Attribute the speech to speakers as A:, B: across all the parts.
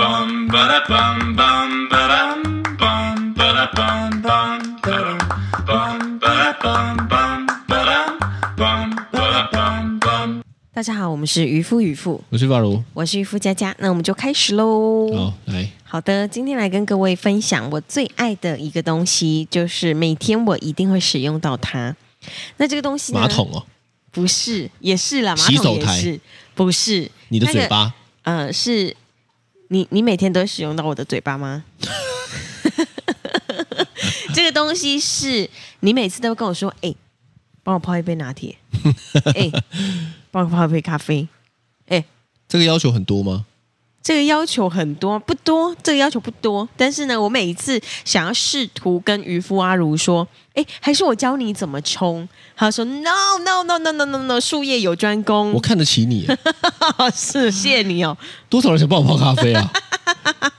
A: bum ba da bum bum ba dum bum ba da bum bum ba dum bum ba da bum bum ba dum bum ba da bum bum
B: 大家好，我们是渔夫渔妇，
C: 我是法如，
B: 我是渔夫佳佳，那我们就开始喽。
C: 好来，
B: 好的，今天来跟各位分享我最爱的一个东西，就是每天我一定会使用到它。那这个东西呢
C: 马桶哦，
B: 不是，也是啦，马
C: 洗
B: 桶
C: 手
B: 也
C: 台
B: 是，不是
C: 你的嘴，巴，
B: 那个、呃，是你你每天都会使用到我的嘴巴 吗？这个东西是你每次都会跟我说，哎、帮我泡一杯拿铁，哎、帮我泡一杯咖啡，哎、
C: 这个要求很多吗？
B: 这个要求很多，不多，这个要求不多。但是呢，我每一次想要试图跟渔夫阿如说，哎，还是我教你怎么冲。他说 No No No No No No No，术业有专
C: 我
B: 攻。
C: 看得起 你，
B: 是，谢谢你哦。
C: 多少人想帮我泡咖 啡啊？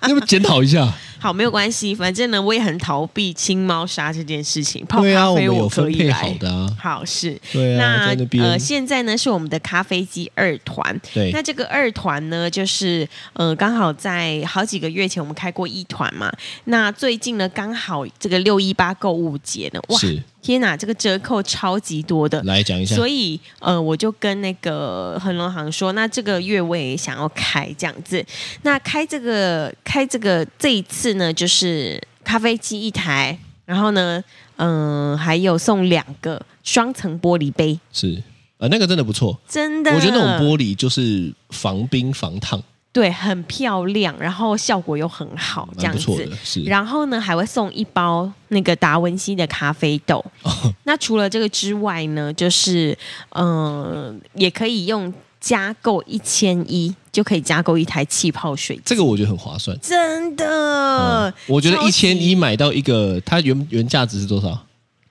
C: 你要不要检讨一下？
B: 好，没有关系，反正呢，我也很逃避青猫砂这件事情。泡
C: 对啊，
B: 咖
C: 我们
B: 啡
C: 有
B: 可
C: 分
B: 以
C: 配
B: 来。
C: 好的啊。
B: 好是，
C: 对啊，在那
B: 那呃，
C: 边，
B: 现在呢是我们的咖啡机二团，
C: 对
B: 那这个二团呢，就是呃，刚好在好几个月前我们开过一团嘛。那最近呢，刚好这个六一八购物节呢，哇，
C: 是
B: 天哪，这个折扣超级多的。
C: 来讲一下，
B: 所以，呃，我就跟那个恒隆行说，那这个月我也想要开这样子。那开这个开这个这一次呢，就是咖啡机一台，然后呢，嗯、还有送两个双层玻璃杯，
C: 是呃，那个真的不错，
B: 真的，
C: 我觉得那种玻璃就是防冰防烫，
B: 对，很漂亮，然后效果又很好，这
C: 嗯蛮
B: 样
C: 不错
B: 子。
C: 的，是
B: 然后呢，还会送一包那个达文西的咖啡豆。
C: 哦
B: 那除了这个之外呢，就是嗯、呃也可以用加购一千一就可以加购一台气泡水机，
C: 这个我觉得很划算。
B: 真的、
C: 嗯我觉得
B: 呃超
C: 一千
B: 级
C: 一买到一个，它原原价值是多少？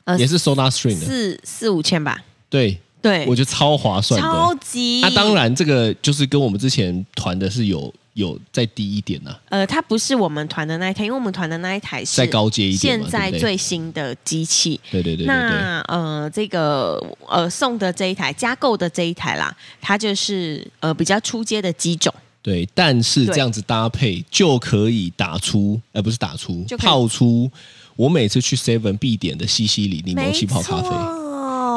B: 呃
C: 也是 Soda Stream 的，
B: 四四五千吧？
C: 对，
B: 对，
C: 我觉得超划算的。
B: 超级。
C: 啊，当，然这个就是跟我们之前团的是有有再低一点呐、啊
B: 呃，它不是我们团的那一台，因为我们团的那一台是
C: 再高阶一点
B: 现
C: 嘛，
B: 在
C: 对不对
B: 最新的机器。
C: 对对对对对，
B: 那呃，这个呃送的这一台加购的这一台啦，它就是呃比较出街的机种，
C: 对，但是
B: 对
C: 这样子搭配就可以打出，呃，不是打出
B: 就，可以
C: 泡出我每次去 Seven 必点的西西里柠檬气泡咖啡，
B: 啡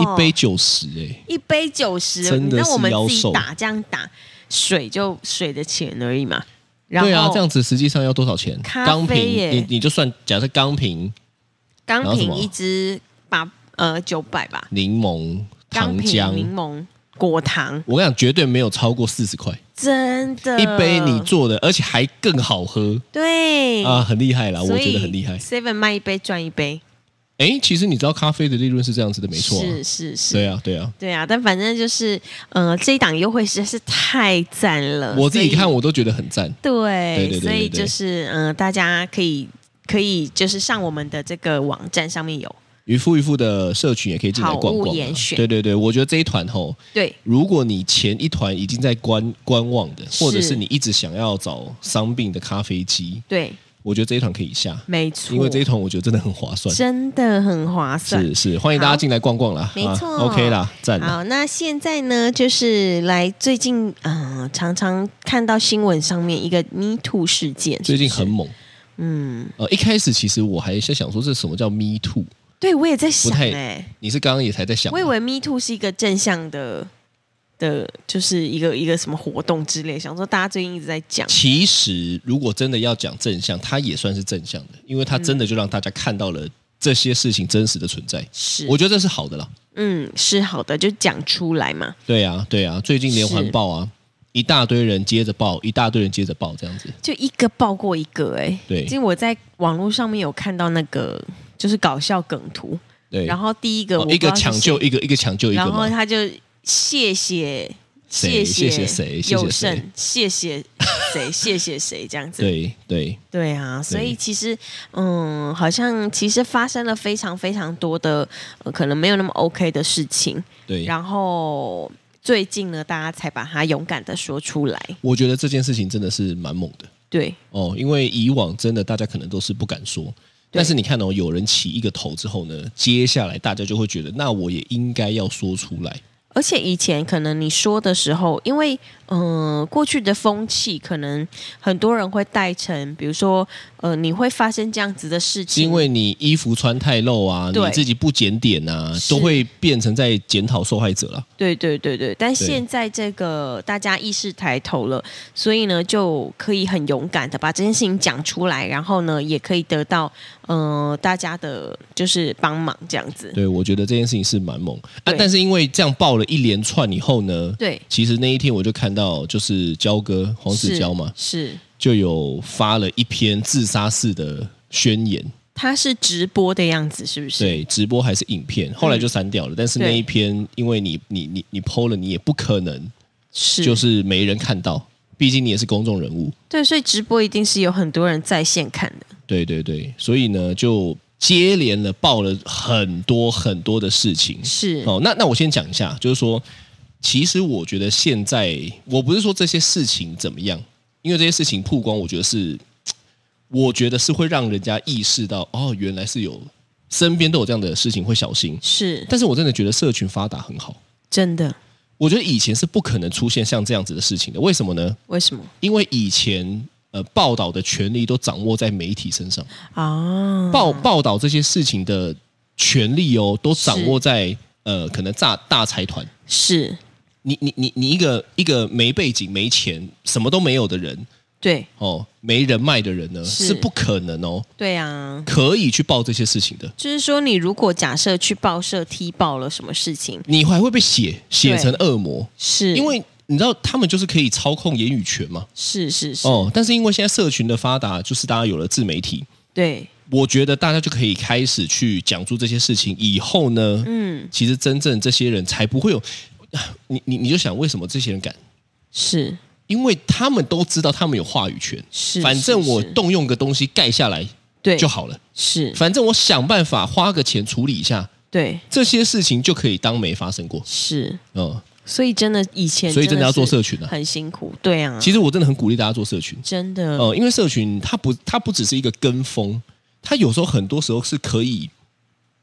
C: 一杯九十哎，
B: 一杯九十，
C: 真的
B: 那我们
C: 是妖
B: 自己
C: 兽
B: 打这样打水就水的钱而已嘛。然后
C: 对啊，这样子实际上要多少钱？
B: 咖啡
C: 钢瓶，
B: 耶
C: 你你就算假设钢瓶然
B: 钢
C: 后什
B: 瓶
C: 么
B: 一支八呃九百吧，
C: 柠檬
B: 钢
C: 糖
B: 瓶
C: 浆，
B: 柠檬果糖，
C: 我跟你讲，绝对没有超过四十块
B: 真的
C: 一杯，你做的，而且还更好喝
B: 对
C: 啊，，很厉害啦，我
B: 所
C: 觉
B: 以
C: 得很厉害。
B: Seven 卖一杯赚一杯，
C: 哎，其实你知道咖啡的利润是这样子的，没错、啊。
B: 是是是，
C: 对啊，对啊，
B: 对啊，但反正就是，呃，这一档优惠实在是太赞了。
C: 我自己
B: 呃所以
C: 看我都觉得很赞。
B: 对
C: 对对对
B: 所以
C: 对对
B: 就是，嗯、大家可以可以就是上我们的这个网站上面有，
C: 渔夫渔夫的社群也可以进来逛
B: 好
C: 逛
B: 物
C: 啊、
B: 严选
C: 对对对，我觉得这一团吼，
B: 对
C: 如果你前一团已经在观观望的，
B: 是
C: 或者是你一直想要找伤病的咖啡机，
B: 对，
C: 我觉得这一团可以下，
B: 没错，
C: 因为这一团我觉得真的很划算。
B: 真的很划算。
C: 是是，欢迎大
B: 好
C: 家进来逛逛啦，
B: 没错
C: 啊、，OK 啦，赞啦。
B: 好，那现在呢，就是来最近啊、呃常常看到新闻上面一个 Me Too 事件，
C: 最近
B: 是不
C: 很
B: 是
C: 猛。
B: 嗯，
C: 呃，一开始其实我还在想说，这什么叫 Me Too？
B: 对我也在想、
C: 不太
B: 哎，
C: 你是刚刚也才在想吗，
B: 我以为 Me Too 是一个正向的的，就是一个一个什么活动之类，想说大家最近一直在讲，
C: 其实，如果真的要讲正向，它也算是正向的，因为它真的就让大家看到了这些事情真实的存在。
B: 是，
C: 我觉得这是好的啦。
B: 嗯是好的，就讲出来嘛，
C: 对啊，对啊，最近连环爆啊，一大堆人接着爆，一大堆人接着爆，这样子。
B: 就一个爆过一个、哎，
C: 对
B: 其实我在网络上面有看到那个就是搞笑梗图，
C: 对，
B: 然
C: 后、
B: 后第一个我、
C: 一个抢救，一个，一个抢救一个
B: 然后
C: 嘛。
B: 他就谢谢。谢
C: 谁谢谢谁谢谢
B: 有
C: 谁
B: 胜，谢谢谁，谢谢谁，这样子。
C: 对对，
B: 对啊，所以
C: 对
B: 其实，嗯，好像其实发生了非常非常多的、呃可能没有那么 OK 的事情，
C: 对，
B: 然后最近呢，大家才把它勇敢的说出来。
C: 我觉得这件事情真的是蛮猛的
B: 对，
C: 哦，因为以往真的大家可能都是不敢说。但是你看哦，有人起一个头之后呢，接下来大家就会觉得，那我也应该要说出来。
B: 而且以前可能你说的时候，因为嗯、过去的风气，可能很多人会带成，比如说，呃，你会发生这样子的事
C: 是
B: 情，
C: 因为你衣服穿太露啊，
B: 嗯
C: 你
B: 对
C: 自己不检点啊，
B: 是嗯
C: 都会变成在检讨受害者了。
B: 对对对对，但
C: 对
B: 现在这个大家意识抬头了，所以呢，就可以很勇敢的把这件事情讲出来，然后呢，也可以得到呃大家的就是帮忙这样子。
C: 对，我觉得这件事情是蛮猛啊
B: 对，
C: 但是因为这样爆了一连串以后呢，
B: 对，
C: 其实那一天我就看到，就是焦哥黄子佼嘛，
B: 是，是
C: 就有发了一篇自杀式的宣言，
B: 他是直播的样子，是不是？嗯
C: 对，直播还是影片，后来就删掉了。但是那
B: 对
C: 一篇，因为你你你你剖了，你也不可能
B: 是，
C: 就是没人看到，毕竟你也是公众人物。
B: 对，所以直播一定是有很多人在线看的。
C: 对对对，所以呢，就接连了爆了很多很多的事情。
B: 是，
C: 哦，那那我先讲一下，就是说，其实我觉得现在我不是说这些事情怎么样，因为这些事情曝光，我觉得是，我觉得是会让人家意识到，哦，原来是有身边都有这样的事情，会小心。
B: 是
C: 但是我真的觉得社群发达很好，
B: 真的。
C: 我觉得以前是不可能出现像这样子的事情的，为什么呢？
B: 为什么
C: 因为以前呃报道的权利都掌握在媒体身上。
B: 啊？
C: 报报道这些事情的权利哦，都掌握在呃，可能大大财团。
B: 是，
C: 你你你你一个一个没背景、没钱、什么都没有的人
B: 对，
C: 哦，没人脉的人呢，
B: 是
C: 是不可能哦，
B: 对啊。
C: 可以去报这些事情的。
B: 就是说，你如果假设去报社踢爆了什么事情，
C: 你还会被写写成恶魔，
B: 是
C: 因为你知道他们就是可以操控言语权嘛。
B: 是是是，
C: 哦，但是因为现在社群的发达，就是大家有了自媒体，
B: 对，
C: 我觉得大家就可以开始去讲述这些事情。以后呢，
B: 嗯，
C: 其实真正这些人才不会有， 你你你就想为什么这些人敢？
B: 是
C: 因为他们都知道他们有话语权，
B: 是，
C: 反正
B: 是
C: 我
B: 是
C: 动用个东西盖下来
B: 对
C: 就好了，
B: 是，
C: 反正我想办法花个钱处理一下，
B: 对
C: 这些事情就可以当没发生过。
B: 是，
C: 嗯，
B: 所以真的以前
C: 所以真的要做
B: 是
C: 社群啊
B: 很辛苦，对啊，
C: 其实我真的很鼓励大家做社群，
B: 真的、
C: 呃，因为社群它不它不只是一个跟风，它有时候很多时候是可以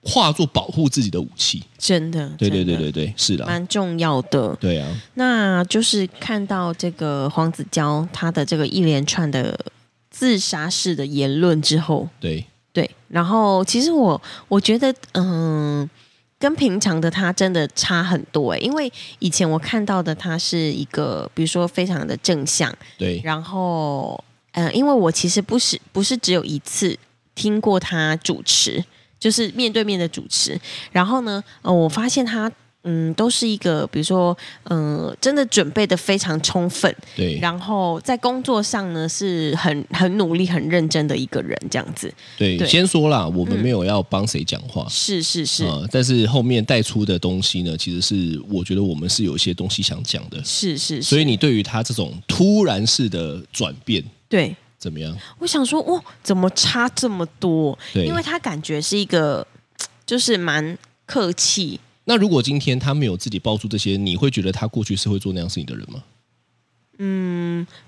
C: 化作保护自己的武器。
B: 真的，
C: 对对
B: 真的
C: 对对对，是啦，
B: 蛮重要的。
C: 对啊，
B: 那就是看到这个黄子佼他的这个一连串的自杀式的言论之后，
C: 对
B: 对，然后其实我我觉得，嗯，跟平常的他真的差很多诶，欸因为以前我看到的他是一个，比如说非常的正向，
C: 对
B: 然后，嗯，因为我其实不是不是只有一次听过他主持，就是面对面的主持，然后呢，呃，我发现他。嗯，都是一个，比如说，嗯、真的准备的非常充分，
C: 对
B: 然后在工作上呢是很很努力、很认真的一个人，这样子。对
C: 对，先说啦，我们没有要帮谁讲话。
B: 是是是、
C: 啊、但是后面带出的东西呢，其实是我觉得我们是有一些东西想讲的，
B: 是是是，
C: 所以你对于他这种突然式的转变
B: 对
C: 怎么样？
B: 我想说，哇，怎么差这么多？
C: 对
B: 因为他感觉是一个，就是蛮客气，
C: 那如果今天他没有自己爆出这些，你会觉得他过去是会做那样事情的人吗？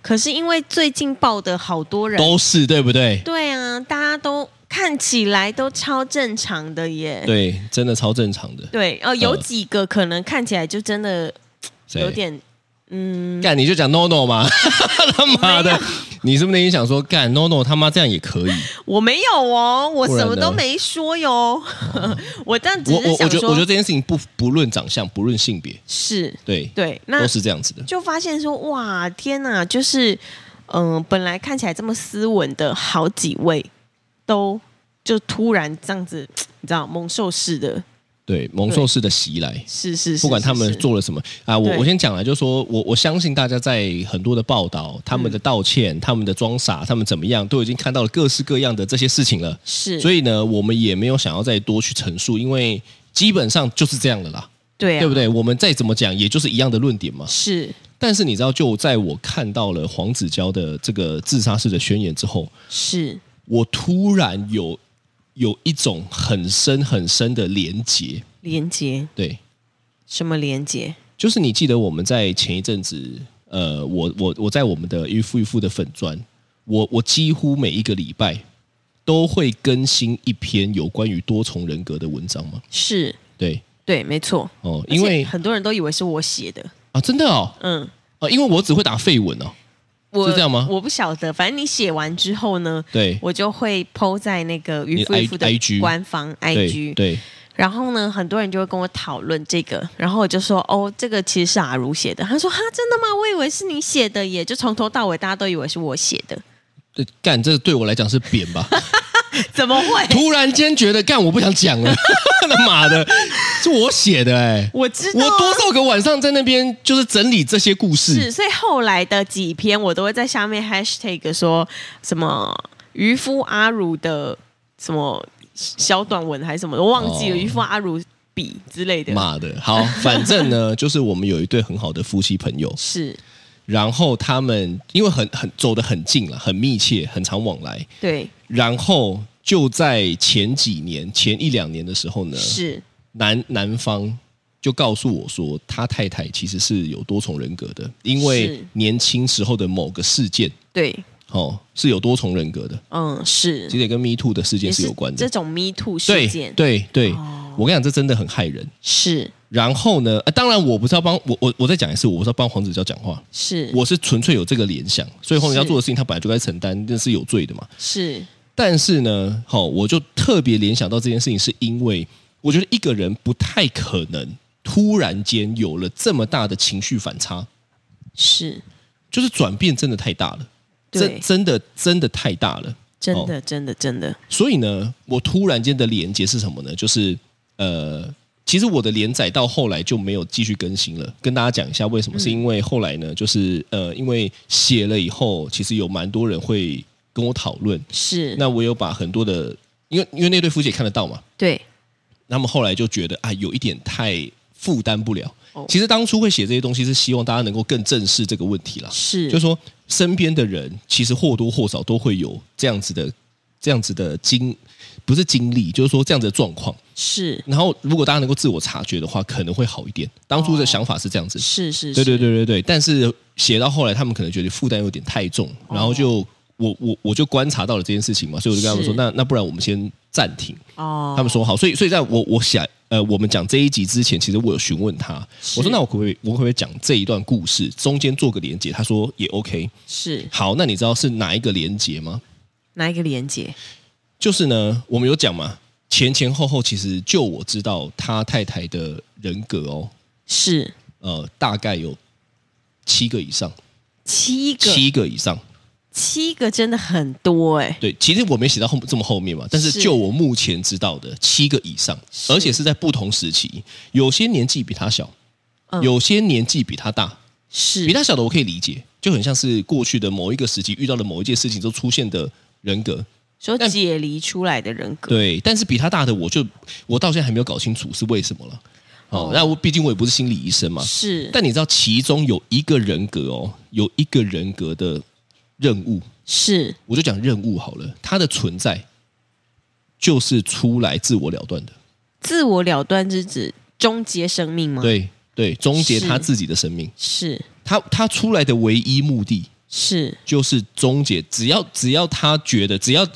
B: 可是因为最近报的好多人，
C: 都是对不对？
B: 对啊，大家都看起来都超正常的耶。
C: 对，真的超正常的。
B: 对，哦，有
C: 呃
B: 几个可能看起来就真的
C: 谁
B: 有点
C: 干，你就讲 no no 嘛， 他妈的，你是不是内心想说干 no no 他妈这样也可以？
B: 我没有哦，我
C: 不然
B: 什
C: 呢
B: 么都没说哟。 我但只
C: 我
B: 是
C: 我我
B: 想
C: 觉得
B: 说，
C: 我觉得这件事情不不论长相，不论性别，
B: 是
C: 对，
B: 对，那
C: 都是这样子的。
B: 就发现说，哇，天哪，就是嗯、呃本来看起来这么斯文的好几位，都就突然这样子，你知道，猛兽式的，
C: 对，猛兽式的袭来。
B: 是是是，
C: 不管他们
B: 是，
C: 做了什么啊，我
B: 对
C: 我先讲了，就是说我我相信大家在很多的报道、他们的道
B: 嗯
C: 歉、他们的装傻、他们怎么样，都已经看到了各式各样的这些事情了。
B: 是，
C: 所
B: 以
C: 以呢，我们也没有想要再多去陈述，因为基本上就是这样的啦，
B: 对、啊、
C: 对不？对？我们再怎么讲，也就是一样的论点嘛。
B: 是
C: 但是你知道，就在我看到了黄子佼的这个自杀式的宣言之后，
B: 是，
C: 我突然有有一种很深很深的连结，
B: 连接
C: 对，
B: 什么连接？
C: 就是你记得我们在前一阵子，呃，我我我在我们的一副一副的粉砖，我我几乎每一个礼拜都会更新一篇有关于多重人格的文章嘛。
B: 是
C: 对，
B: 对，没错，
C: 哦，
B: 而且
C: 因为
B: 很多人都以为是我写的，
C: 啊，真的哦，
B: 嗯，
C: 啊，因为我只会打废文哦、
B: 我
C: 是这样吗
B: 我不晓得，反正你写完之后呢，
C: 对
B: 我就会 PO 在那个渔夫渔夫的
C: 你的 IG
B: 官方
C: 对
B: IG。
C: 对，
B: 然后呢，很多人就会跟我讨论这个，然后我就说哦，这个其实是阿如写的。他说哈，真的吗？我以为是你写的耶，就从头到尾大家都以为是我写 的，
C: 对干这对我来讲是扁吧？
B: 怎么会？
C: 突然间觉得干我不想讲了， 他妈的，是我写的哎、
B: 我知道
C: 我
B: 啊、
C: 多少个晚上在那边就是整理这些故事，
B: 是，所以后来的几篇我都会在下面 hashtag 说什么渔夫阿如的什么小短文还是什么的，我忘记了
C: 哦
B: 渔夫阿如笔之类的。
C: 妈的，好，反正呢， 就是我们有一对很好的夫妻朋友，
B: 是
C: 然后他们因为很很走得很近了，很密切，很常往来，
B: 对，
C: 然后就在前几年，前一两年的时候呢，
B: 是
C: 男男方就告诉我说，他太太其实是有多重人格的，因为
B: 是
C: 年轻时候的某个事件，
B: 对，
C: 哦，是有多重人格的，
B: 嗯，是
C: 其实也跟 Me Too 的事件是有关
B: 这
C: 的。
B: 种 Me Too 事
C: 对
B: 件，哦
C: 对对，我跟你讲，这真的很害人。
B: 是
C: 然后呢，啊、当然我不是要帮我我我再讲一次，我不是要帮黄子佼讲话，
B: 是
C: 我是纯粹有这个联想，所以黄子
B: 嗯
C: 佼
B: 是
C: 做的事情他本来就该承担，那是有罪的嘛。
B: 是
C: 但是呢，好、我就特别联想到这件事情，是因为我觉得一个人不太可能突然间有了这么大的情绪反差，
B: 是，
C: 就是转变真的太大了，真
B: 对，
C: 真的真的太大了。
B: 真的真的真的
C: 所以呢，我突然间的连接是什么呢？就是呃，其实我的连载到后来就没有继续更新了。跟大家讲一下为什么？是因为后来呢，就是呃，因为写了以后，其实有蛮多人会跟我讨论。
B: 是，
C: 那我有把很多的，因为因为那对夫妻也看得到嘛，
B: 对
C: 他们后来就觉得啊，有一点太负担不了。
B: 哦
C: 其实当初会写这些东西，是希望大家能够更正视这个问题啦。
B: 是，
C: 就是说身边的人其实或多或少都会有这样子的、这样子的经，不是经历，就是说这样子的状况。
B: 是
C: 然后如果大家能够自我察觉的话，可能会好一点。当初的想法是这样子，
B: 是哦是，
C: 对
B: 是，
C: 对对对对。但是写到后来，他们可能觉得负担有点太重，
B: 哦
C: 然后就。我我我就观察到了这件事情嘛，所以我就跟他们说，
B: 是
C: 那那不然我们先暂停，
B: 哦，
C: 他们说好，所以所以在我我想呃，我们讲这一集之前，其实我有询问他，
B: 是
C: 我说那我可不可以我可不可以讲这一段故事，中间做个连接？他说也 OK。
B: 是
C: 好，那你知道是哪一个连接吗？
B: 哪一个连接？
C: 就是呢，我们有讲嘛，前前后后其实就我知道他太太的人格哦，
B: 是
C: 呃，大概有七个以上，
B: 七个，
C: 七个以上。
B: 七个真的很多哎、
C: 对，其实我没写到后这么后面嘛，但是
B: 是
C: 就我目前知道的，七个以上，而且是在不同时期，有些年纪比他小，
B: 嗯
C: 有些年纪比他大，
B: 是
C: 比他小的我可以理解，就很像是过去的某一个时期遇到的某一件事情之后出现的人格，
B: 说
C: 但
B: 解离出来的人格，
C: 对。但是比他大的我就我到现在还没有搞清楚是为什么了。哦
B: 哦，
C: 那我毕竟我也不是心理医生嘛。
B: 是
C: 但你知道其中有一个人格哦，有一个人格的任务，
B: 是
C: 我就讲任务好了，它的存在就是出来自我了断的，
B: 自我了断是指终结生命吗？，
C: 对对，终结
B: 嗯是
C: 他自己的生命。
B: 是
C: 他他出来的唯一目的
B: 是
C: 就是终结，只要只要他觉得，只要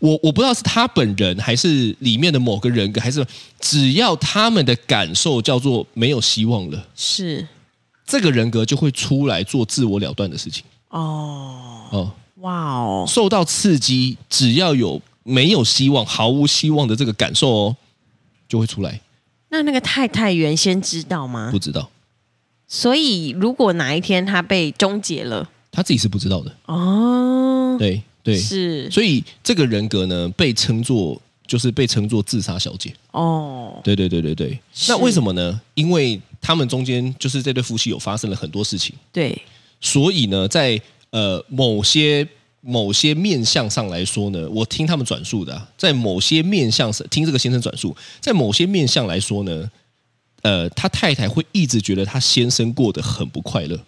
C: 我我不知道是他本人还是里面的某个人格，还是只要他们的感受叫做没有希望了，
B: 是
C: 这个人格就会出来做自我了断的事情
B: 哦，
C: 哦。
B: 哇哦，
C: 受到刺激，只要有没有希望、毫无希望的这个感受哦，就会出来。
B: 那那个太太原先知道吗
C: 不？知道
B: 所以如果哪一天他被终结了，
C: 他自己是不知道的，
B: 哦，
C: 对对，
B: 是
C: 所以这个人格呢，被称作就是被称作自杀小姐。
B: 哦，
C: 对对对对对。
B: 是
C: 那为什么呢？因为他们中间就是这对夫妻有发生了很多事情，
B: 对，
C: 所以呢，在呃某些某些面相上来说呢，我听他们转述的啊、在某些面相上听这个先生转述，在某些面相来说呢，呃，他太太会一直觉得他先生过得很不快乐，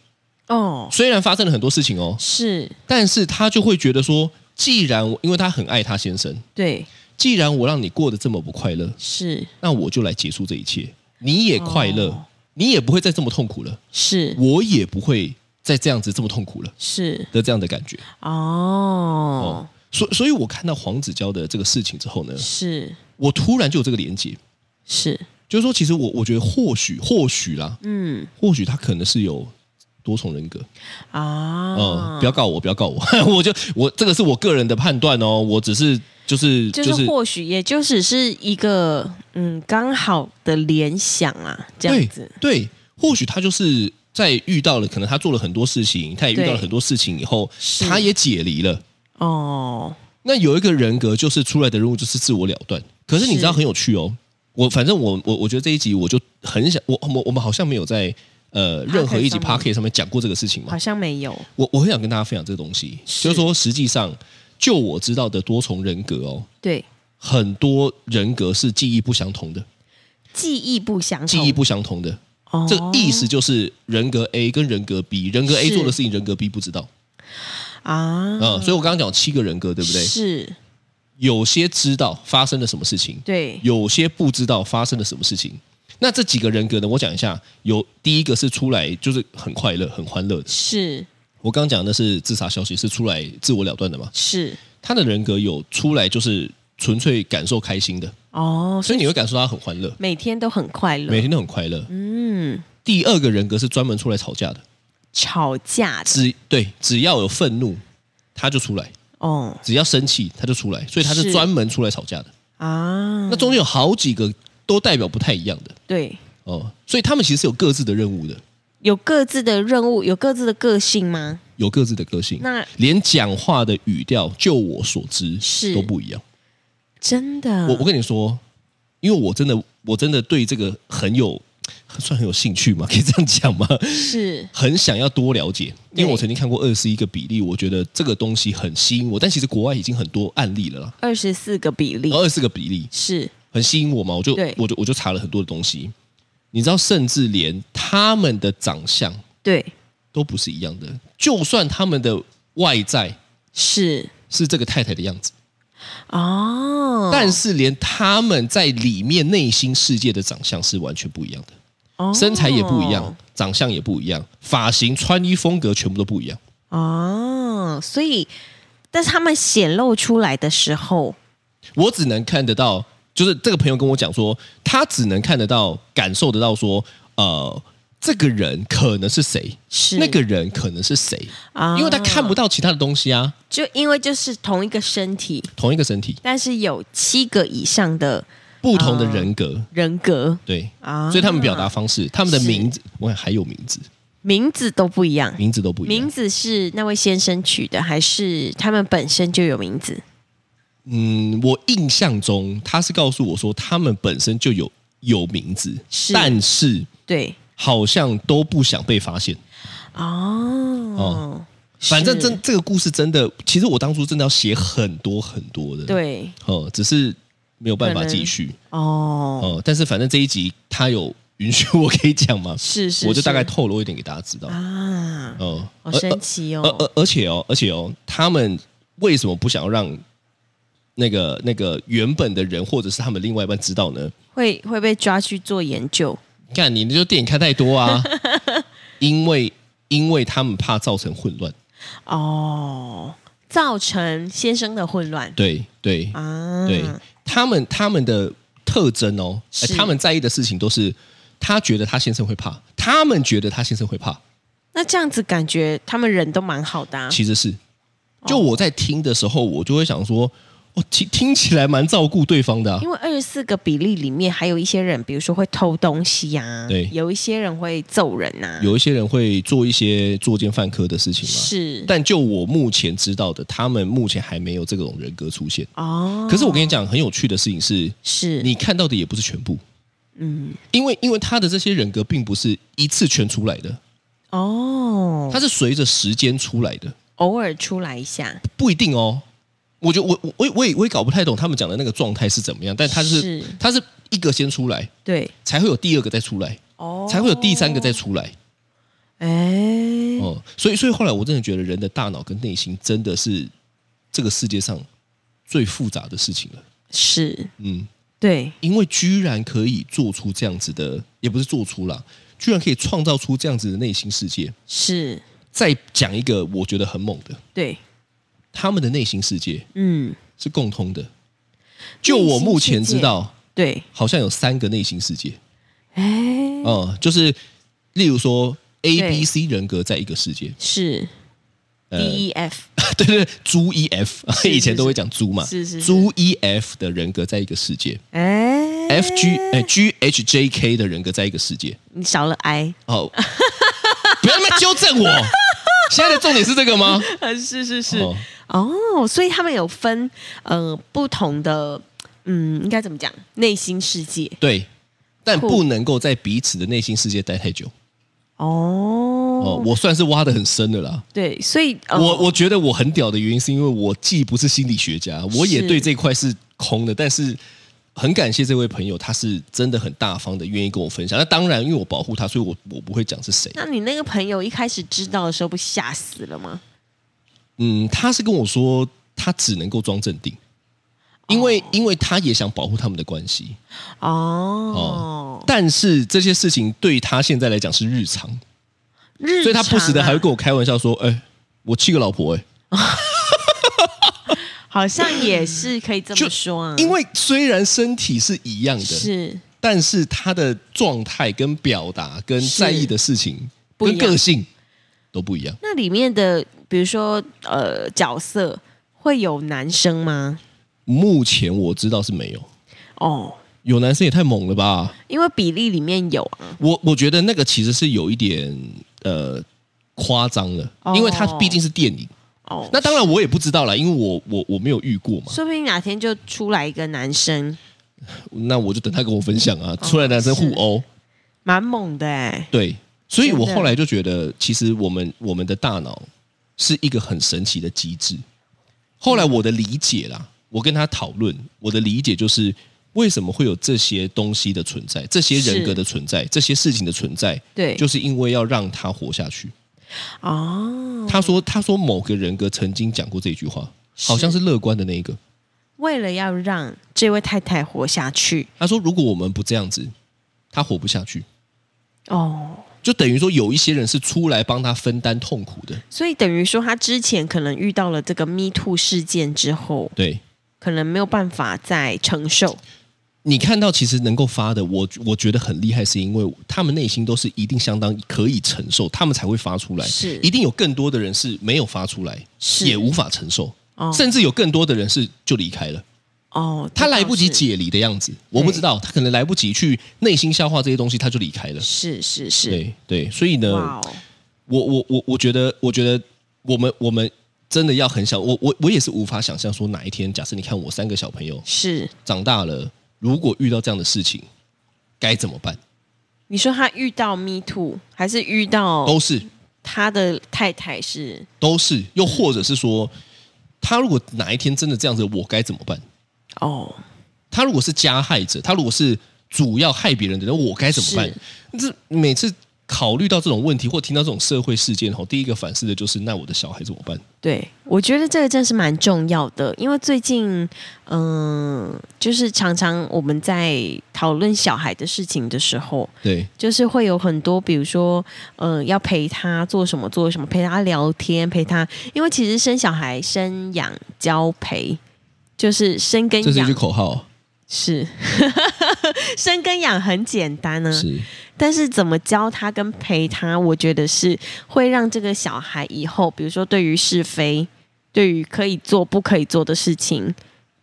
B: 哦，
C: 虽然发生了很多事情哦，
B: 是
C: 但是他就会觉得说，既然我因为他很爱他先生，
B: 对，
C: 既然我让你过得这么不快乐，
B: 是
C: 那我就来结束这一切，你也快乐，
B: 哦
C: 你也不会再这么痛苦了，
B: 是
C: 我也不会再这样子这么痛苦了
B: 是
C: 的这样的感觉。
B: 哦
C: 哦，，所所以，我看到黄子佼的这个事情之后呢，
B: 是
C: 我突然就有这个连接，
B: 是，
C: 就是说，其实我我觉得或许或许啦，
B: 嗯，
C: 或许他可能是有多重人格。
B: 啊，
C: 嗯，不要告我，不要告我， 我就我这个是我个人的判断哦，我只是就是
B: 就
C: 就是
B: 或许也就只是一个嗯刚好的联想啊，这样子，
C: 对对，或许他就是在遇到了，可能他做了很多事情，他也遇
B: 对
C: 到了很多事情以后，他也解离了。
B: 哦，
C: 那有一个人格就是出来的任务就是自我了断。可是你
B: 是
C: 知道很有趣哦，我反正我我我觉得这一集我就很想我我我们好像没有在呃任何一集 p o
B: Podcast
C: c k e t 上面讲过这个事情嘛
B: 好，像没有，
C: 我我很想跟大家分享这个东西，
B: 是
C: 就是说实际上就我知道的多重人格哦，
B: 对，
C: 很多人格是记忆不相同的，
B: 记忆不相同，
C: 记忆不相同的。
B: 哦
C: 这个意思就是人格 A 跟人格 B，人格 A
B: 是
C: 做的事情人格 B 不知道
B: 啊，
C: 啊、嗯所以我刚刚讲七个人格，对不对？
B: 是，
C: 有些知道发生了什么事情，
B: 对，
C: 有些不知道发生了什么事情。那这几个人格呢？我讲一下，有第一个是出来就是很快乐、很欢乐的。
B: 是
C: 我刚刚讲的是自杀消息，是出来自我了断的嘛？
B: 是，
C: 他的人格有出来就是纯粹感受开心的，
B: 哦，
C: 所以你会感受到他很欢乐，
B: 每天都很快
C: 每
B: 乐，
C: 天都很快乐。
B: 嗯，
C: 第二个人格是专门出来吵架的，
B: 吵架的，
C: 只对只要有愤怒，他就出来；
B: 哦
C: 只要生气，他就出来。所以他是
B: 是
C: 专门出来吵架的。
B: 啊，
C: 那中间有好几个都代表不太一样的
B: 对，
C: 哦，所以他们其实是有各自的任务的，
B: 有各自的任务，有各自的个性吗？
C: 有各自的个性，
B: 那
C: 连讲话的语调，就我所知
B: 是嗯
C: 都不一样。
B: 真的，
C: 我我跟你说，因为我真的我真的对这个很有算很有兴趣嘛，可以 这样讲吗？
B: 是
C: 很想要多了解，因为
B: 对
C: 我曾经看过二十一个比例，我觉得这个东西很吸引我，但其实国外已经很多案例了啦，
B: 二十四个比例
C: 然，后二十个比例
B: 是
C: 很吸引我嘛，我就
B: 对
C: 我就我就查了很多的东西，你知道，甚至连他们的长相
B: 对，
C: 都不是一样的，就算他们的外在
B: 是
C: 是这个太太的样子，
B: 哦，
C: 但是连他们在里面内心世界的长相是完全不一样的。
B: 哦
C: 身材也不一样，长相也不一样，发型、穿衣风格全部都不一样。
B: 哦，所以，但是他们显露出来的时候，
C: 我只能看得到，就是这个朋友跟我讲说，他只能看得到、感受得到说，呃，这个人可能是谁，
B: 是
C: 那个人可能是谁，
B: 嗯啊
C: 因为他看不到其他的东西啊。
B: 就因为就是同一个身体，
C: 同一个身体，
B: 但是有七个以上的
C: 不同的人格，
B: 人格
C: 对，
B: 啊，
C: 所以他们表达方式、他们的
B: 是
C: 名字，我想还有名字，
B: 名字都不一样。
C: 名字都不一样。
B: 名字是那位先生取的，还是他们本身就有名字？
C: 嗯，我印象中他是告诉我说，他们本身就有有名字，
B: 是
C: 但是
B: 对，
C: 好像都不想被发现。
B: 哦，
C: 反正
B: 是
C: 真这个故事真的，其实我当初真的要写很多很多的，，
B: 对
C: 哦，只是没有办法
B: 可能
C: 继续，
B: 哦，
C: 哦，但是反正这一集他有允许我可以讲嘛，
B: 是是，
C: 我就大概
B: 是
C: 透露一点给大家知道，
B: 啊，
C: 哦，
B: 好
C: 而
B: 神奇
C: 而
B: 哦，
C: 而而且哦，而且哦，他们为什么不想要让那个那个原本的人或者是他们另外一半知道呢？
B: 会会被抓去做研究
C: 看你就电影看太 多啊，因为因为他们怕造成混乱，
B: 哦，造成先生的混乱
C: 对对，
B: 啊，
C: 对他们他们的特征哦，哎
B: 是
C: 他们在意的事情都是他觉得他先生会怕，他们觉得他先生会怕，
B: 那这样子感觉他们人都蛮好的、啊，
C: 其实是就我在听的时候，我就会想说，哦，听听起来蛮照顾对方的啊、
B: 因为二十四个比例里面还有一些人，比如说会偷东西呀、啊，
C: 对
B: 有一些人会揍人呐、啊，
C: 有一些人会做一些作奸犯科的事情嘛，
B: 是
C: 但就我目前知道的，他们目前还没有这种人格出现。
B: 哦，
C: 可是我跟你讲，很有趣的事情是，
B: 是
C: 你看到的也不是全部，嗯，因为因为他的这些人格并不是一次全出来的，
B: 哦，
C: 它是随着时间出来的。
B: 偶尔出来一下，
C: 不一定哦。我觉得我我我也我也我也搞不太懂他们讲的那个状态是怎么样，但他是
B: 是
C: 他是一个先出来，
B: 对，
C: 才会有第二个再出来，
B: 哦，
C: 才会有第三个再出来。
B: 哎、
C: 哦、所以所以后来我真的觉得人的大脑跟内心真的是这个世界上最复杂的事情了。
B: 是
C: 嗯，
B: 对，
C: 因为居然可以做出这样子的，也不是做出啦，居然可以创造出这样子的内心世界。
B: 是，
C: 再讲一个我觉得很猛的，
B: 对，
C: 他们的内心世界
B: 嗯，
C: 是共通的。就我目前知道，
B: 对，
C: 好像有三个内心世界。哦
B: 哎、
C: 嗯，就是例如说， A、
B: 对
C: B、C 人格在一个世界。
B: 是
C: 呃
B: D E F，
C: 对对，对猪 E F，
B: 是
C: 以前都会讲猪嘛，
B: 是是是
C: 猪 E F 的人格在一个世界
B: 哎
C: ，F G 哎 G H J K 的人格在一个世界。
B: 你少了 I，
C: 哦， 不要那么纠正我。现在的重点是这个吗？
B: 是是 是
C: 哦
B: 哦所以他们有分呃不同的，嗯，应该怎么讲？内心世界
C: 对，但
B: 酷
C: 不能够在彼此的内心世界待太久。哦
B: 哦，，
C: 我算是挖的很深的啦。
B: 对，所以、呃、
C: 我我觉得我很屌的原因，是因为我既不是心理学家，我也
B: 是
C: 对这块是空的，但是。很感谢这位朋友，他是真的很大方的，愿意跟我分享。那当然，因为我保护他，所以我我不会讲是谁。
B: 那你那个朋友一开始知道的时候，不吓死了吗？
C: 嗯，他是跟我说，他只能够装镇定，因为、因为他也想保护他们的关系。
B: 哦，
C: 但是这些事情对他现在来讲是日常，
B: 日常啊
C: 所以他不时的还会跟我开玩笑说：“哎、我七个老婆、哎，
B: 好像也是可以这
C: 就
B: 么说啊，
C: 因为虽然身体是一样的，
B: 是
C: 但是他的状态、跟表达、跟
B: 是
C: 在意的事情、
B: 不一
C: 跟
B: 样
C: 个性都不一样。
B: 那里面的，比如说呃角色会有男生吗？
C: 目前我知道是没有，
B: 哦，
C: 有男生也太猛了吧？
B: 因为比例里面有啊，
C: 我我觉得那个其实是有一点呃夸张了，
B: 哦
C: 因为他毕竟是电影。
B: 哦，
C: 那当然我也不知道啦，因为我我我没有遇过嘛。
B: 说不定哪天就出来一个男生，
C: 那我就等他跟我分享啊，出来男生互
B: 哦是
C: 殴，
B: 蛮猛的哎、
C: 对，所以我
B: 真的
C: 后来就觉得，其实我们我们的大脑是一个很神奇的机制。后来我的理解啦，我跟他讨论，我的理解就是为什么会有这些东西的存在，这些人格的存在，这些事情的存在，
B: 对，
C: 就是因为要让他活下去。
B: 哦，
C: 他说，他说某个人格曾经讲过这句话，好像是乐观的那一个。
B: 为了要让这位太太活下去，
C: 他说，如果我们不这样子，他活不下去。
B: 哦，
C: 就等于说，有一些人是出来帮他分担痛苦的，
B: 所以等于说他之前可能遇到了这个 Me Too 事件之后，
C: 对。
B: 可能没有办法再承受，
C: 你看到其实能够发的，我我觉得很厉害，是因为他们内心都是一定相当可以承受，他们才会发出来。
B: 是
C: 一定有更多的人是没有发出来，
B: 是
C: 也无法承受，
B: 哦
C: 甚至有更多的人是就离开了，
B: 哦，
C: 他
B: 这倒
C: 来不及
B: 是，
C: 解离的样子，我不知道，他可能来不及去内心消化这些东西，他就离开了。
B: 是是是，
C: 对对，呃所以呢，
B: 哇哦，
C: 我我我我觉得，我觉得我们我们真的要很想，我我我也是无法想象说哪一天，假设你看我三个小朋友
B: 是
C: 长大了，如果遇到这样的事情，该怎么办？
B: 你说他遇到 Me Too，还是遇到
C: 都是
B: 他的太太是
C: 都是，又或者是说，他如果哪一天真的这样子，我该怎么办？
B: 哦，
C: 他如果是加害者，他如果是主要害别人的人，我该怎么办？这每次考虑到这种问题或听到这种社会事件后，第一个反思的就是，那我的小孩怎么办？
B: 对，我觉得这个真是蛮重要的，因为最近，嗯、就是常常我们在讨论小孩的事情的时候，
C: 对
B: 就是会有很多，比如说，嗯、要陪他做什么做什么，陪他聊天，陪他，因为其实生小孩、生养、交陪，就是生跟
C: 这是一
B: 养
C: 句口号，
B: 是 生跟养很简单啊呢、
C: 是
B: 但是怎么教他跟陪他，我觉得是会让这个小孩以后，比如说对于是非，对于可以做不可以做的事情，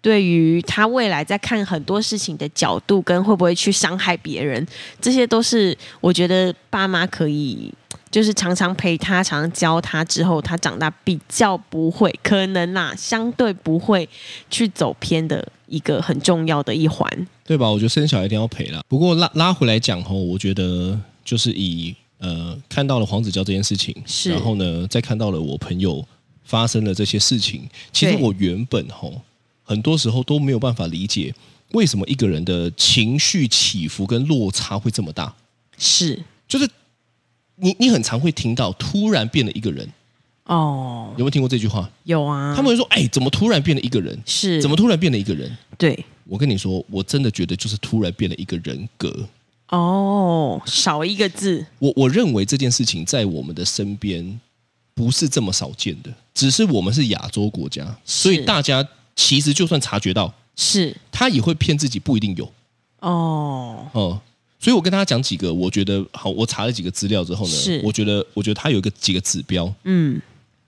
B: 对于他未来在看很多事情的角度跟会不会去伤害别人，这些都是我觉得爸妈可以。就是常常陪他，常常教他之后，他长大比较不会，可能啦，相对不会去走偏的一个很重要的一环。
C: 对吧？我觉得生小孩一定要陪啦。不过拉拉回来讲吼，我觉得就是以呃看到了黄子佼这件事情，
B: 是
C: 然后呢再看到了我朋友发生了这些事情，其实
B: 对
C: 我原本吼很多时候都没有办法理解为什么一个人的情绪起伏跟落差会这么大，
B: 是
C: 就是你你很常会听到突然变了一个人，
B: 哦
C: 有，没有听过这句话？
B: 有啊，
C: 他们会说，哎，怎么突然变了一个人？
B: 是
C: 怎么突然变了一个人？
B: 对
C: 我跟你说，我真的觉得就是突然变了一个人格。
B: 哦，少一个字
C: 我我认为这件事情在我们的身边不是这么少见的，只是我们是亚洲国家，所以大家其实就算察觉到，
B: 是
C: 他也会骗自己，不一定有
B: 哦，
C: 哦、所以我跟大家讲几个，我觉得好，我查了几个资料之后呢
B: 是，
C: 我觉得我觉得它有一个几个指标，
B: 嗯，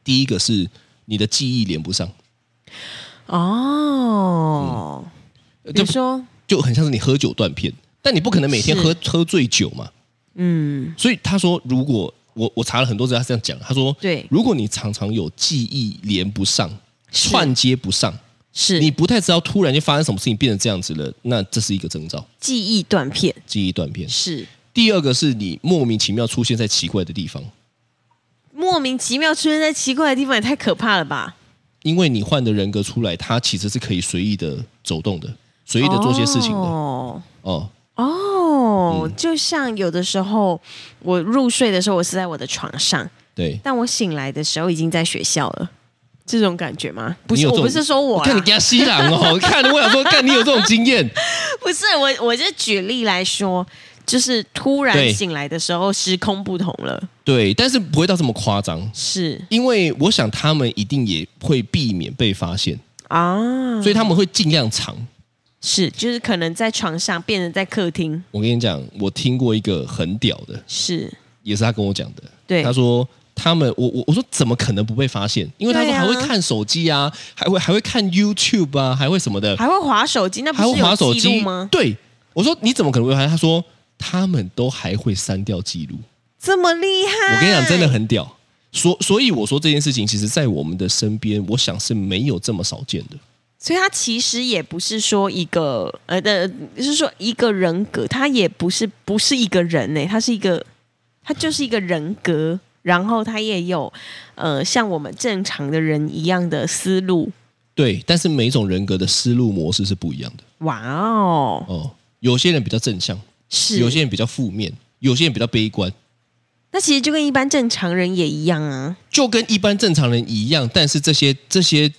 C: 第一个是你的记忆连不上，
B: 哦，
C: 呃
B: 比
C: 这
B: 如说，
C: 就很像是你喝酒断片，但你不可能每天
B: 是
C: 喝喝醉酒嘛，
B: 嗯，
C: 所以他说，如果我我查了很多资料，他这样讲，他说，
B: 对
C: 如果你常常有记忆连不上、
B: 是
C: 串接不上，
B: 是
C: 你不太知道突然间发生什么事情变成这样子了，那这是一个征兆，
B: 记忆断片，
C: 记忆断片。
B: 是
C: 第二个是你莫名其妙出现在奇怪的地方，
B: 莫名其妙出现在奇怪的地方，也太可怕了吧？
C: 因为你换的人格出来，它其实是可以随意的走动的，随意的做些事情的嗯哦
B: 哦哦，就像有的时候我入睡的时候，我是在我的床上，
C: 对，
B: 但我醒来的时候已经在学校了，这种感觉吗？不
C: 你
B: 是，
C: 有
B: 我
C: 这
B: 不
C: 种
B: 是说我啊啦
C: 看你给他吸狼哦，我看我想说，看你有这种经验，
B: 不是我，我就举例来说，就是突然
C: 对
B: 醒来的时候，时空不同了，
C: 对，但是不会到这么夸张，
B: 是
C: 因为我想他们一定也会避免被发现，
B: 啊，
C: 所以他们会尽量藏。
B: 是就是可能在床上变成在客厅，
C: 我跟你讲，我听过一个很屌的，
B: 是
C: 也是他跟我讲的。
B: 对
C: 他说他们，我我我说怎么可能不被发现？因为他
B: 对
C: 说
B: 啊
C: 还会看手机
B: 嗯
C: 啊，还会还会看 YouTube 啊，还会什么的，
B: 还会划手机，那不
C: 还
B: 是
C: 会
B: 有
C: 划手
B: 记录
C: 机
B: 吗？
C: 对，我说你怎么可能会发现？他说他们都还会删掉记录。
B: 这么厉害，
C: 我跟你讲，真的很屌。所所以我说这件事情，其实在我们的身边，我想是没有这么少见的。
B: 所以他其实也不是说一个呃的，就是说一个人格，他也不是不是一个人呢、他是一个，他就是一个人格，然后他也有呃像我们正常的人一样的思路。
C: 对，但是每种人格的思路模式是不一样的
B: 哇哦，
C: 哦。有些人比较正向，
B: 是
C: 有些人比较负面，有些人比较悲观，
B: 那其实就跟一般正常人也一样啊，
C: 就跟一般正常人一样。但是这些这些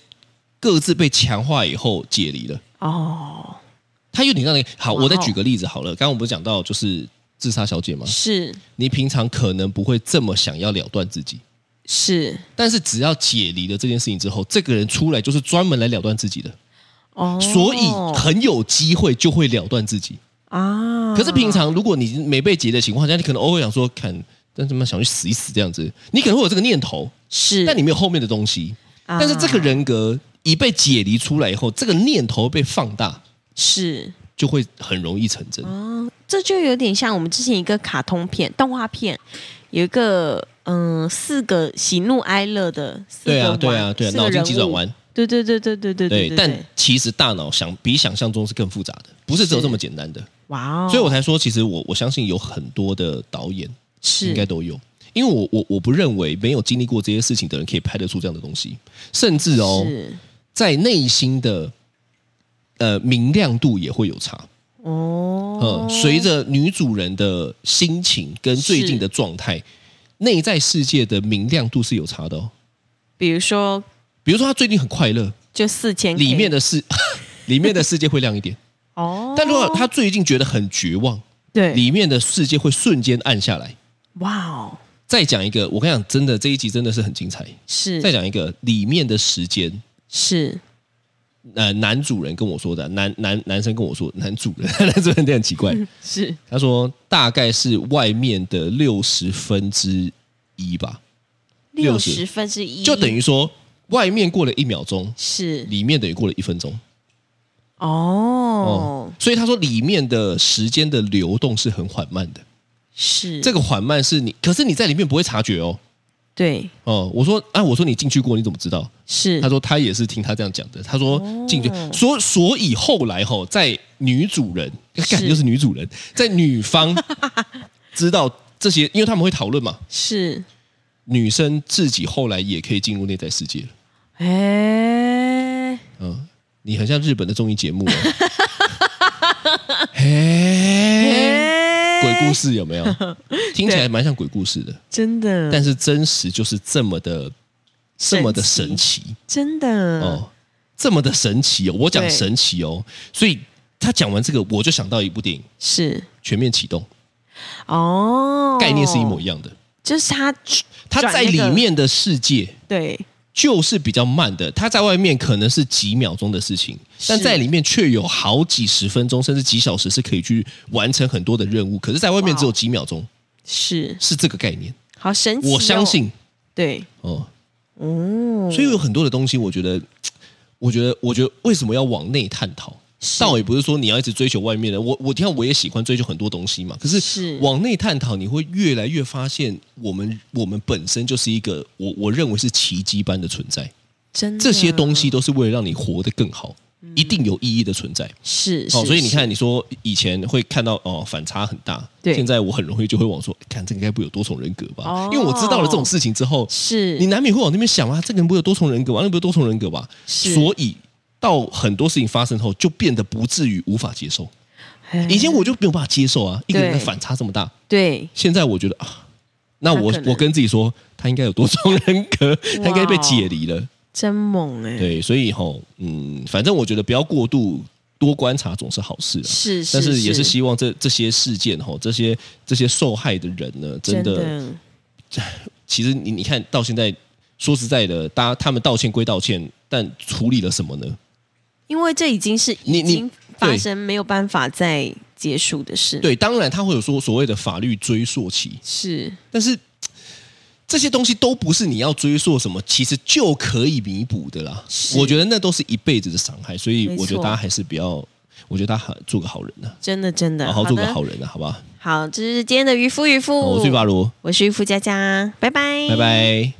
C: 各自被强化以后解离了，
B: 哦，
C: 他有点让人好。
B: 哇哦
C: 我再举个例子好了，刚刚我们不是讲到就是自杀小姐嘛，
B: 是
C: 你平常可能不会这么想要了断自己，
B: 是
C: 但是只要解离了这件事情之后，这个人出来就是专门来了断自己的，
B: 哦，
C: 所以很有机会就会了断自己。
B: 啊，
C: 可是平常如果你没被劫的情况下，你可能偶尔想说，看，但怎么想去死一死这样子，你可能会有这个念头，
B: 是，
C: 但你没有后面的东西。
B: 啊
C: 但是这个人格一被解离出来以后，这个念头被放大，
B: 是
C: 就会很容易成真。
B: 哦，这就有点像我们之前一个卡通片、动画片，有一个嗯、四个喜怒哀乐的四个
C: 对啊，
B: 丸
C: 对啊，对啊，
B: 四个
C: 脑筋
B: 人
C: 急转
B: 物
C: 弯，
B: 对对对对对对
C: 对。
B: 对，
C: 但其实大脑想比想象中是更复杂的，不是只有
B: 是
C: 这么简单的。
B: 哇哦，
C: 所以我才说，其实我我相信有很多的导演
B: 是
C: 应该都有，因为我我我不认为没有经历过这些事情的人可以拍得出这样的东西，甚至哦，
B: 是
C: 在内心的呃明亮度也会有差。
B: 哦
C: 嗯，，随着女主人的心情跟最近的状态，内在世界的明亮度是有差的哦。
B: 比如说
C: 比如说，她最近很快乐，
B: 就四千
C: 里面的世 里面的世界会亮一点；
B: 哦，
C: 但如果她最近觉得很绝望，
B: 对
C: 里面的世界会瞬间暗下来。
B: 哇哦
C: 再讲一个，我跟你讲，真的这一集真的是很精彩。
B: 是
C: 再讲一个，里面的时间，
B: 是
C: 呃，男主人跟我说的，男男男生跟我说，男主人， 男主人有点奇怪，
B: 是
C: 他说大概是外面的六十分之一吧，
B: 六
C: 60
B: 十分之一，
C: 就等于说外面过了一秒钟，
B: 是
C: 里面等于过了一分钟
B: 哦
C: 哦，所以他说里面的时间的流动是很缓慢的，
B: 嗯是
C: 这个缓慢是你，可是你在里面不会察觉哦。
B: 对
C: 哦，我说啊，我说你进去过，你怎么知道？
B: 是
C: 他说他也是听他这样讲的。他说进去
B: 嗯哦，
C: 所所以后来吼，在女主人，感
B: 是
C: 觉是女主人，在 女方知道这些，因为他们会讨论嘛，
B: 是
C: 女生自己后来也可以进入内在世界了。
B: 哎。
C: 嗯，你很像日本的综艺节 目、哦，嘿，鬼故事有没有？听起来蛮像鬼故事的，
B: 真的，
C: 但是真实就是这么的，这么的神奇。
B: 真的
C: 哦，这么的神奇哦！我讲
B: 对
C: 神奇哦，所以他讲完这个，我就想到一部电影《
B: 是
C: 全面启动》，
B: 哦，
C: 概念是一模一样的。
B: 就是他
C: 他
B: 转
C: 在
B: 那
C: 里
B: 个
C: 面的世界
B: 对
C: 就是比较慢的，它在外面可能是几秒钟的事情，但
B: 是
C: 在里面却有好几十分钟甚至几小时是可以去完成很多的任务，可是在外面
B: 哇哦
C: 只有几秒钟，
B: 是
C: 是这个概念。
B: 好神奇、哦
C: 我相，信
B: 对，
C: 哦，嗯所以有很多的东西，我觉得，我觉得，我觉得为什么要往内探讨？倒也不是说你要一直追求外面的，我我你看我也喜欢追求很多东西嘛，可
B: 是
C: 是往内探讨，你会越来越发现，我们我们本身就是一个我我认为是奇迹般的存在，
B: 真的
C: 这些东西都是为了让你活得更好，一定有意义的存在。
B: 嗯是
C: 哦，
B: 是
C: 所以你
B: 是
C: 看，你说以前会看到哦反差很大，
B: 对
C: 现在我很容易就会往说，哎看这个该不会有多重人格吧？
B: 哦
C: 因为我知道了这种事情之后，
B: 是
C: 你难免会往那边想啊，这个人不会有多重人格吧？那不会有多重人格吧？
B: 是
C: 所以到很多事情发生后，就变得不至于无法接受。
B: 哎
C: 以前我就没有办法接受啊，一个人的
B: 对
C: 反差这么大，
B: 对
C: 现在我觉得啊，那我
B: 他可能
C: 我跟自己说，他应该有多重人格，
B: 哇
C: 他应该被解离了。
B: 真猛哎、
C: 对，所以吼，嗯，反正我觉得不要过度。多观察总是好事啊，
B: 是是
C: 但是也是
B: 是
C: 希望这这些事件吼，这些这些受害的人呢，真的，其实你你看到现在，说实在的，大家他们道歉归道歉，但处理了什么呢？
B: 因为这已经是
C: 你
B: 已
C: 你
B: 经发
C: 对
B: 生没有办法再结束的事，，
C: 对，当然他会有说所谓的法律追溯期，
B: 是
C: 但是嘖这些东西都不是你要追溯什么，其实就可以弥补的啦。
B: 是
C: 我觉得那都是一辈子的伤害，所以
B: 没错
C: 我觉得大家还是不要，我觉得大家还做个好人呐、
B: 真的真的。
C: 好好做个
B: 的
C: 好人呐、啊好吧？
B: 好，这是今天的渔夫渔夫，
C: 哦好我是巴罗，
B: 我是渔夫佳佳，拜拜，
C: 拜。拜。